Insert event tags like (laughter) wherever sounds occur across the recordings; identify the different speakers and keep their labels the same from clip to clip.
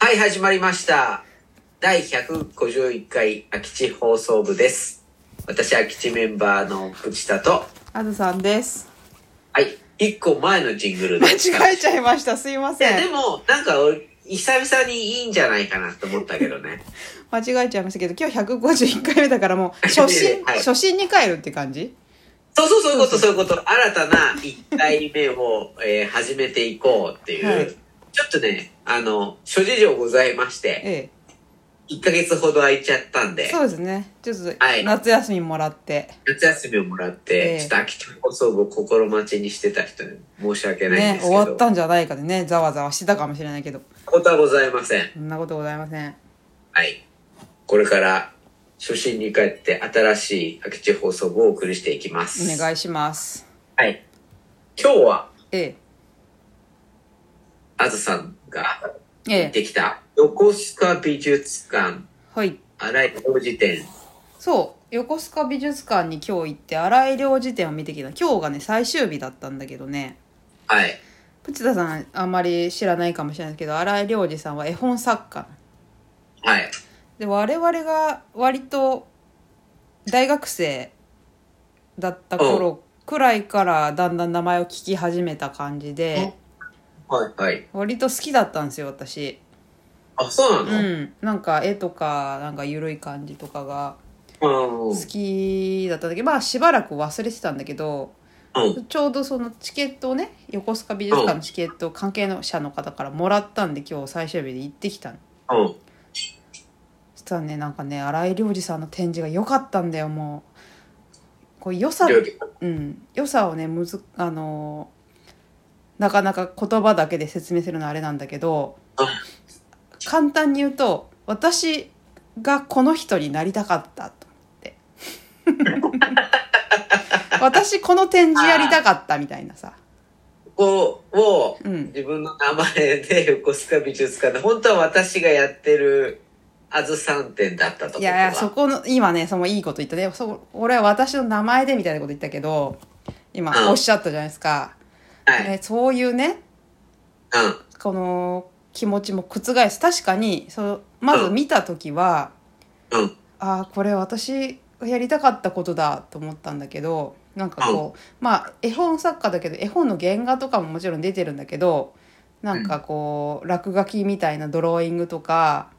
Speaker 1: はい、始まりました。第151回空き地放送部です。私、空き地メンバーのプチタと、
Speaker 2: あずさんです。
Speaker 1: はい、1個前のジングルで
Speaker 2: 間違えちゃいました。すいま
Speaker 1: いや、
Speaker 2: せ
Speaker 1: で
Speaker 2: ん。
Speaker 1: も、なんか俺、久々にいいんじゃないかなって思ったけどね。
Speaker 2: 間違えちゃいましたけど、今日151回目だからもう、初心、
Speaker 1: はい
Speaker 2: 初心に帰るって感じ
Speaker 1: そうそう、そういうこと、そういうこと。新たな1回目を、えー始めていこうっていう、
Speaker 2: はい
Speaker 1: ちょっとね、あの、諸事情ございまして、
Speaker 2: え
Speaker 1: 1ヶ月ほど空いちゃったん
Speaker 2: え。
Speaker 1: で、
Speaker 2: そうですね。ちょっと
Speaker 1: はい、
Speaker 2: 夏休みもらって。
Speaker 1: 夏休みをもらって、
Speaker 2: ええ
Speaker 1: ちょっと空き地放送部を心待ちにしてた人に申し訳ないん
Speaker 2: ね
Speaker 1: で、すけ
Speaker 2: 終
Speaker 1: ど、
Speaker 2: わったんじゃないかでね、ざわざわしてたかもしれないけど、
Speaker 1: ことはございません。
Speaker 2: そんなことございません。
Speaker 1: はい。これから、初心に帰って新しい空き地放送部をお送りしていきます。
Speaker 2: お願いします。
Speaker 1: はい。今日は、
Speaker 2: え
Speaker 1: あずさんが
Speaker 2: え。え
Speaker 1: 行っ
Speaker 2: え。
Speaker 1: てきた、横須賀美術館
Speaker 2: はい。
Speaker 1: 荒井工事展。
Speaker 2: そう。横須賀美術館に今日行って、荒井良辞典を見てきた。今日がね、最終日だったんだけどね。
Speaker 1: はい。
Speaker 2: プチタさん、あんまり知らないかもしれないですけど、荒井良二さんは絵本作家。
Speaker 1: はい。
Speaker 2: で我々が割と大学生だった頃くらいからだんだん名前を聞き始めた感じで
Speaker 1: はい。はい。
Speaker 2: 割と好きだったんですよ私
Speaker 1: あ、そう
Speaker 2: う
Speaker 1: なの、
Speaker 2: んなんか絵とかなんか緩い感じとかが
Speaker 1: うん、
Speaker 2: 好きだったんだけどまあしばらく忘れてたんだけど
Speaker 1: うん。
Speaker 2: ちょうどそのチケットをね横須賀美術館のチケットを関係者の方からもらったんで今日最終日で行ってきたの
Speaker 1: うん。
Speaker 2: そしたらねなんかね荒井良二さんの展示が良かったんだよもうこう良さ
Speaker 1: 料理
Speaker 2: うん、良さをねむずあのーなかなか言葉だけで説明するのはあれなんだけど
Speaker 1: あ
Speaker 2: 簡単に言うと私がこの人になりたかったと思って私この展示やりたかったみたいなさ、
Speaker 1: ここを、
Speaker 2: うん、
Speaker 1: 自分の名前で横須賀美術館で本当は私がやってるあずさん店だったと
Speaker 2: いやいや
Speaker 1: ここ
Speaker 2: そ
Speaker 1: は
Speaker 2: この今ねそのいいこと言ったねそ俺は私の名前でみたいなこと言ったけど
Speaker 1: うん
Speaker 2: 今おっしゃったじゃないですか、
Speaker 1: はい、
Speaker 2: ね、そういうね
Speaker 1: うん
Speaker 2: この気持ちも覆す確かにそのまず見た時は、
Speaker 1: うん
Speaker 2: ああこれ私がやりたかったことだと思ったんだけどなんかこう、まあ絵本作家だけど絵本の原画とかももちろん出てるんだけどなんかこう、落書きみたいなドローイングとか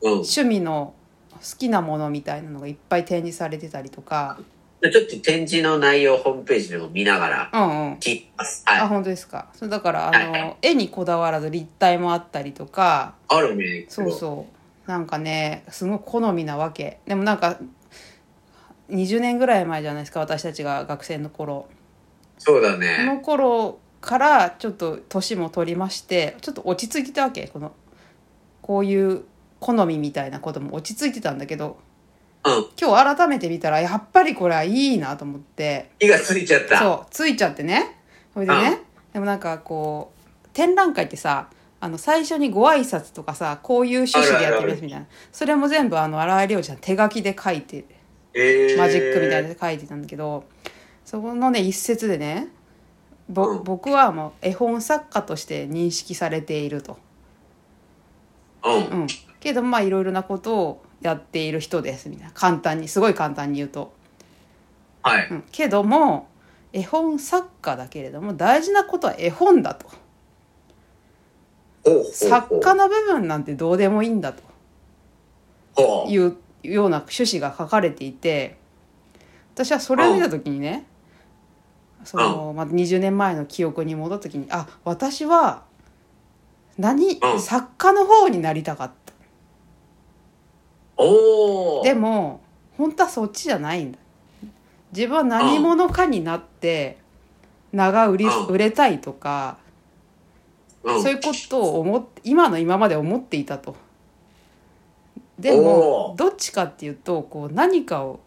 Speaker 1: うん
Speaker 2: 趣味の好きなものみたいなのがいっぱい展示されてたりとか
Speaker 1: ちょっと展示の内容ホームページでも見ながら
Speaker 2: うんうん。
Speaker 1: 聞きますはい
Speaker 2: あ
Speaker 1: あ
Speaker 2: 本当ですかそうだからあ
Speaker 1: はいは
Speaker 2: の絵にこだわらず立体もあったりとか
Speaker 1: るね
Speaker 2: そうそうなんかねすごい好みなわけでもなんか20年ぐらい前じゃないですか私たちが学生の頃
Speaker 1: そうだ
Speaker 2: そ
Speaker 1: ね
Speaker 2: の頃からちょっと年も取りましてちょっと落ち着いてたわけこのこういう好みみたいなことも落ち着いてたんだけど
Speaker 1: うん
Speaker 2: 今日改めて見たらやっぱりこれはいいなと思って
Speaker 1: 火がついちゃった
Speaker 2: そうついちゃってねそれでねでもなんかこう展覧会ってさあの最初にご挨拶とかさこういう趣旨でやってますみたいなそれも全部あの荒井亮ちゃん手書きで書いて
Speaker 1: えー
Speaker 2: マジックみたいなので書いてたんだけどそこのね一節でねぼ、
Speaker 1: うん
Speaker 2: 僕はもう絵本作家として認識されていると、
Speaker 1: うん
Speaker 2: うん、けどまあいろいろなことをやっている人ですみたいな簡単にすごい簡単に言うと。
Speaker 1: はい
Speaker 2: うん、けども絵本作家だけれども大事なことは絵本だと
Speaker 1: ほうほうほう
Speaker 2: 作家の部分なんてどうでもいいんだと
Speaker 1: ほう
Speaker 2: いうような趣旨が書かれていて私はそれを見た時にねその、まあ、20年前の記憶に戻った時にあ私は何
Speaker 1: うん
Speaker 2: 作家の方になりたかった
Speaker 1: おー
Speaker 2: でも本当はそっちじゃないんだ自分は何者かになって名が売り
Speaker 1: うん
Speaker 2: 売れたいとか
Speaker 1: うん
Speaker 2: そういうことを思って今の今まで思っていたと。で
Speaker 1: お
Speaker 2: も
Speaker 1: ー
Speaker 2: どっちかっていうとこう何かを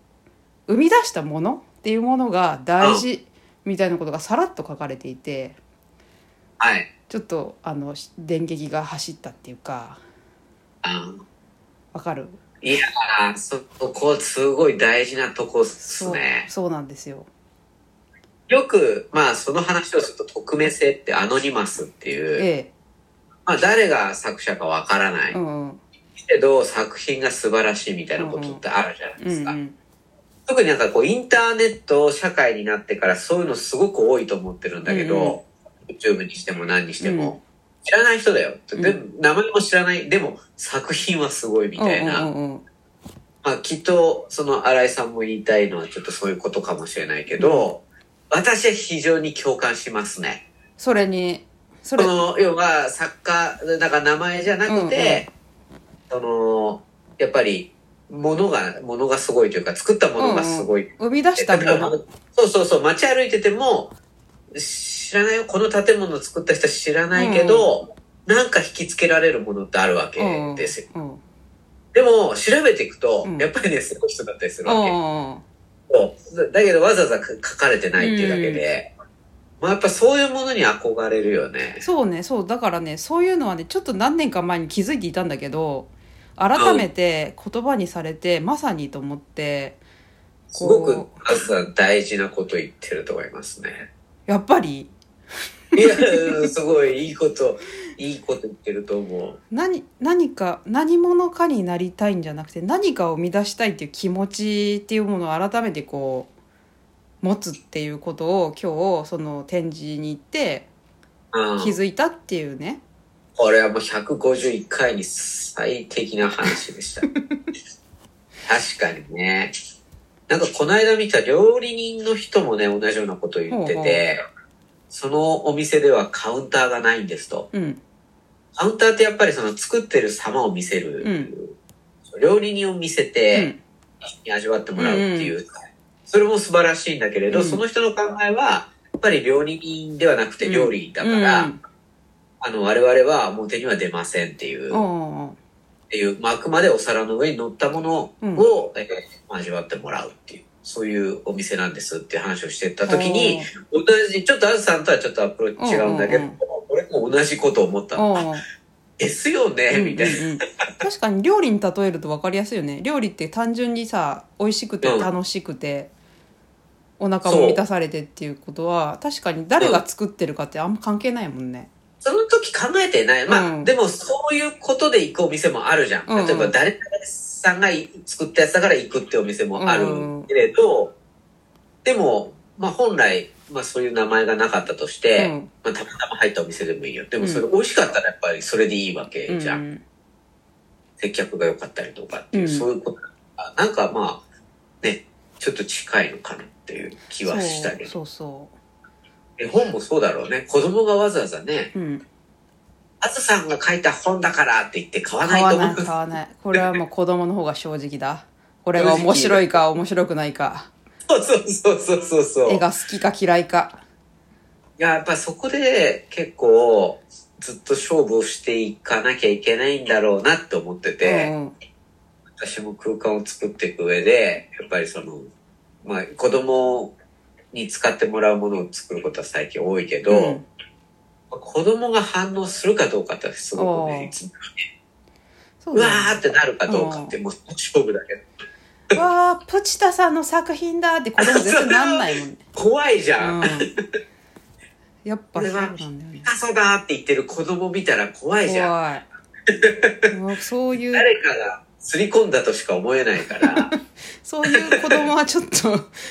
Speaker 2: 生み出したものっていうものが大事みたいなことがさらっと書かれていて
Speaker 1: はい
Speaker 2: ちょっとあのし電撃が走ったっていうか
Speaker 1: あ
Speaker 2: わかる
Speaker 1: いやーそこすごい大事なとこっす
Speaker 2: そう
Speaker 1: ね
Speaker 2: そうなんですよ。
Speaker 1: よくまあその話をすると匿名性ってアノニマスっていう
Speaker 2: え
Speaker 1: まあ、誰が作者かわからない
Speaker 2: うんうん
Speaker 1: けど、作品が素晴らしいみたいなことってあるじゃないで
Speaker 2: う
Speaker 1: す
Speaker 2: ん
Speaker 1: か。
Speaker 2: うん
Speaker 1: 特になんかこうインターネット社会になってからそういうのすごく多いと思ってるんだけど、YouTube にしても何にしても、
Speaker 2: うん
Speaker 1: 知らない人だよ、
Speaker 2: うん
Speaker 1: でも名前も知らないでも作品はすごいみたいな、
Speaker 2: うんうんうん
Speaker 1: まあ、きっとその新井さんも言いたいのはちょっとそういうことかもしれないけど、私は非常に共感しますね。
Speaker 2: それにそ
Speaker 1: こ
Speaker 2: れ
Speaker 1: の要は作家だから名前じゃなくて、そのやっぱり物が物がすごいというか作ったものがすごい
Speaker 2: 生み出したもの
Speaker 1: そうそうそう、街歩いてても、知らないよ、この建物作った人知らないけど、なんか引きつけられるものってあるわ
Speaker 2: うんう
Speaker 1: け
Speaker 2: ん
Speaker 1: ですよ。
Speaker 2: うん
Speaker 1: でも、調べていくと、
Speaker 2: うん
Speaker 1: やっぱりね、すごい人だったりする
Speaker 2: う
Speaker 1: わけ。
Speaker 2: んうん
Speaker 1: そうだけど、わざわざ書かれてないっていうだけで、まあやっぱそういうものに憧れるよね。
Speaker 2: そうねそうだからねそういうのはねちょっと何年か前に気づいていたんだけど改めて言葉にされてまさにと思って
Speaker 1: すごく
Speaker 2: こ、
Speaker 1: あずさん大事なこと言ってると思います
Speaker 2: (laughs)
Speaker 1: ね。
Speaker 2: やっぱり
Speaker 1: いや、うんすごいいいこと、いいこと言ってると思う。
Speaker 2: 何何か何者かになりたいんじゃなくて何かを生み出したいっていう気持ちっていうものを改めてこう持つっていうことを今日その展示に行って
Speaker 1: うん
Speaker 2: 気づいたっていうね、
Speaker 1: これはもう151回に最適な話で
Speaker 2: (laughs)
Speaker 1: した。確かにね。なんかこの間見た料理人の人もね、同じようなことを言って
Speaker 2: ほうほ
Speaker 1: て、そのお店ではカウンターがないんですと。
Speaker 2: うん
Speaker 1: カウンターってやっぱりその作ってる様を見せる。料理人を見せ
Speaker 2: う
Speaker 1: て、
Speaker 2: ん
Speaker 1: に味わってもらうっていう。それも素晴らしいんだけれど、
Speaker 2: うん
Speaker 1: その人の考えは、やっぱり料理人ではなくて料理だから、
Speaker 2: うん
Speaker 1: あの、我々は表には出ませんっていう。
Speaker 2: うん
Speaker 1: っていう、まあ、あくまでお皿の上に乗ったものを、
Speaker 2: うん
Speaker 1: えー味わってもらうっていう、そういうお店なんですっていう話をしてた時に、同じ、ちょっとあずさんとはちょっとアプローチ違うんだけど、
Speaker 2: うんうん
Speaker 1: 俺も同じこと思った
Speaker 2: う
Speaker 1: の。
Speaker 2: んうん
Speaker 1: ですよね、みたいな。
Speaker 2: うんうんうん確かに料理に例えると分かりやすいよね料理って単純にさ美味しくて
Speaker 1: うん
Speaker 2: 楽しくて、お腹も満たされてっていうことは確かに誰が作ってるかってあんま関係ないもんね
Speaker 1: その時考えてない。まあ、
Speaker 2: うん
Speaker 1: でもそういうことで行くお店もあるじゃん。
Speaker 2: うんうん
Speaker 1: 例えば誰々さんが作ったやつだから行くってお店もある
Speaker 2: うん
Speaker 1: けれど、でも、まあ本来、まあそういう名前がなかったとして、
Speaker 2: うん
Speaker 1: まあ、たまたま入ったお店でもいいよ。でもそれ美味しかったらやっぱりそれでいいわけじゃん。
Speaker 2: うん
Speaker 1: 接客が良かったりとかっていう、
Speaker 2: うん
Speaker 1: そういうことあなんかまあ、ね、ちょっと近いのかなっていう気はしたり。
Speaker 2: そうそう
Speaker 1: 絵本もそうだろうね。子供がわざわざね、
Speaker 2: そう、うん、
Speaker 1: あずさんが書いた本だからって言って買わな
Speaker 2: 買
Speaker 1: い
Speaker 2: わ
Speaker 1: と
Speaker 2: な
Speaker 1: 思。
Speaker 2: いう買わないこれはもう子供の方が正直だこれが面白いか面白くないか
Speaker 1: (laughs) そうそうそうそうそうそう。
Speaker 2: 絵
Speaker 1: い
Speaker 2: が好きか嫌いか
Speaker 1: や、やっぱそこで結構ずっと勝負をしていかなきゃいけないんだろうなって思ってて。
Speaker 2: うん
Speaker 1: 私も空間を作っていく上で、やっぱりその、まあ、子供に使ってもらうものを作ることは最近多いけど、
Speaker 2: うん
Speaker 1: 子供が反応するかどうかってすごく
Speaker 2: おう
Speaker 1: ね、いつも
Speaker 2: そうう
Speaker 1: わ
Speaker 2: だ
Speaker 1: ーってなるかどうかってもう勝負だけど、
Speaker 2: ねわープチタさんの作品だって子供絶対なんないもんね
Speaker 1: 怖いじゃん。
Speaker 2: うんやっぱそうなんだよね
Speaker 1: ピ。カソだって言ってる子供見たら怖いじゃん。
Speaker 2: 怖い。もうそういう、
Speaker 1: 誰かが刷り込んだとしか思えないから。
Speaker 2: そういう子供はちょっと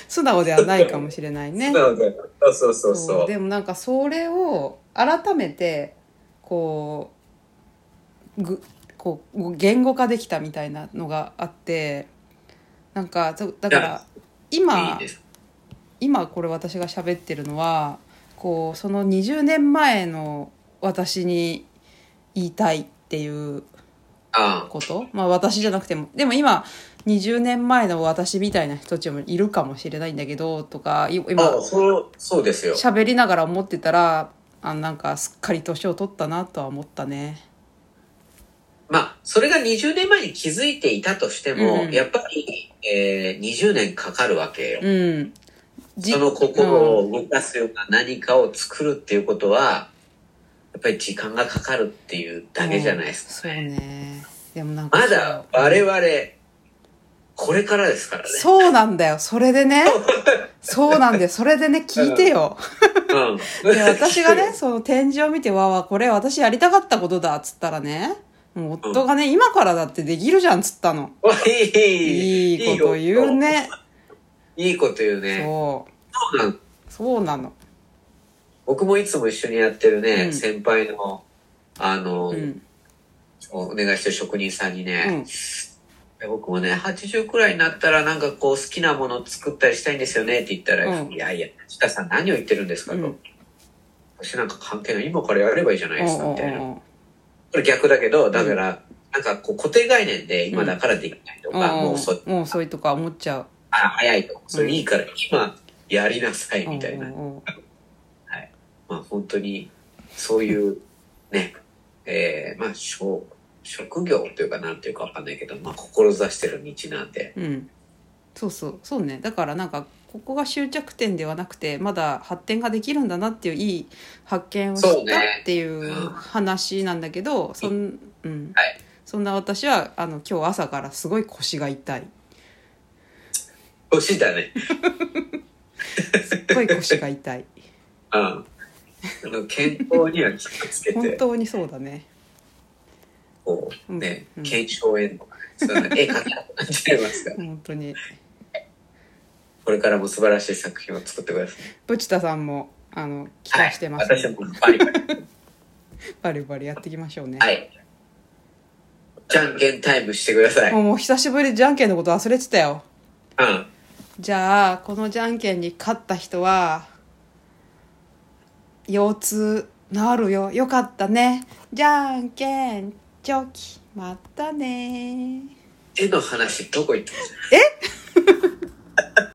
Speaker 2: 素直ではないかもしれない (laughs) ね。
Speaker 1: なのでそうそうそうそう。
Speaker 2: でもなんかそれを改めて、こう、ぐ、こう、言語化できたみたいなのがあって、なんか、そうだか
Speaker 1: い
Speaker 2: ら
Speaker 1: や、
Speaker 2: 今、
Speaker 1: いいです。
Speaker 2: 今これ私が喋ってるのはこうその20年前の私に言いたいっていう
Speaker 1: あ
Speaker 2: ことまあ私じゃなくてもでも今20年前の私みたいな人たちもいるかもしれないんだけどとかい
Speaker 1: あ、
Speaker 2: 今
Speaker 1: あそう、そうですよ。
Speaker 2: 喋りながら思ってたらあなんかすっかり年を取ったなとは思ったね。
Speaker 1: まあ、それが20年前に気づいていたとしても、
Speaker 2: うん
Speaker 1: やっぱり、えー、20年かかるわけよ。
Speaker 2: うん、じ
Speaker 1: その心を動かすような何かを作るっていうことは、やっぱり時間がかかるっていうだけじゃないですか。
Speaker 2: すか、そうねでもなんか
Speaker 1: まだ我々、これからですからね。 (laughs)
Speaker 2: そうなんだよ。それでね。そうなんだよ。それでね、聞いてよ。
Speaker 1: うん。
Speaker 2: で私がねその展示を見てわあわあこれ私やりたかったことだっつったらねもう夫がね、今からだってできるじゃんっつったの
Speaker 1: (laughs) おい
Speaker 2: いいこと言う。ね
Speaker 1: いいこと言うね。
Speaker 2: そ
Speaker 1: そうなの。
Speaker 2: うそうなの
Speaker 1: 僕もいつも一緒にやってるね、
Speaker 2: うん
Speaker 1: 先輩の、あの、
Speaker 2: うん
Speaker 1: お願いしてる職人さんに
Speaker 2: う
Speaker 1: ね
Speaker 2: ん、
Speaker 1: 僕もね、80くらいになったらなんかこう好きなもの作ったりしたいんですよねって言ったら、
Speaker 2: うん
Speaker 1: いやいや、ちかさん何を言ってるんですかと。
Speaker 2: うん
Speaker 1: 私なんか関係ない。今からやればいいじゃないですか、みたいな。
Speaker 2: おう
Speaker 1: これ逆だけど、だから、なんかこう固定概念で今だからできないと
Speaker 2: おうおう
Speaker 1: か、
Speaker 2: おうおう
Speaker 1: もうそ
Speaker 2: もうそういうとか思っちゃう
Speaker 1: あ早いとか、それいいから今やりなさいみたいな。
Speaker 2: おうおうおう
Speaker 1: まあ本当に、そういう、ね、えー、まあ、職職業というかなんていうかわかんないけど、まあ志してる道なんで。
Speaker 2: うんそうそうそうねだからなんかここが終着点ではなくてまだ発展ができるんだなっていういい発見をした
Speaker 1: そうね
Speaker 2: っていう
Speaker 1: うん
Speaker 2: 話なんだけどそ,、んうん
Speaker 1: はい
Speaker 2: そんな私はあの今日朝からすごい腰が痛い
Speaker 1: 年だね。
Speaker 2: すっごい腰
Speaker 1: (laughs)
Speaker 2: が痛い
Speaker 1: うん。あの健康には気をつけ
Speaker 2: 本
Speaker 1: て、
Speaker 2: 当にそうだね
Speaker 1: こう、ね
Speaker 2: う、ん
Speaker 1: 検証炎とかね、そういうの絵描きたくなっちゃいます
Speaker 2: (laughs)
Speaker 1: から、
Speaker 2: 本当に
Speaker 1: これからも素晴らしい作品を作ってください。
Speaker 2: ブチタさんもあの期待してます、
Speaker 1: はい、私もバリバリ。
Speaker 2: バリバリやっていきましょうね、
Speaker 1: はい。じゃんけんタイムしてください。う
Speaker 2: も
Speaker 1: ん。
Speaker 2: うもう久しぶりでじゃんけんのこと忘れてたよじゃあこのじゃんけんに勝った人は腰痛治るよよかったねじゃんけんチョキまたね
Speaker 1: 絵の話どこ行ったの
Speaker 2: え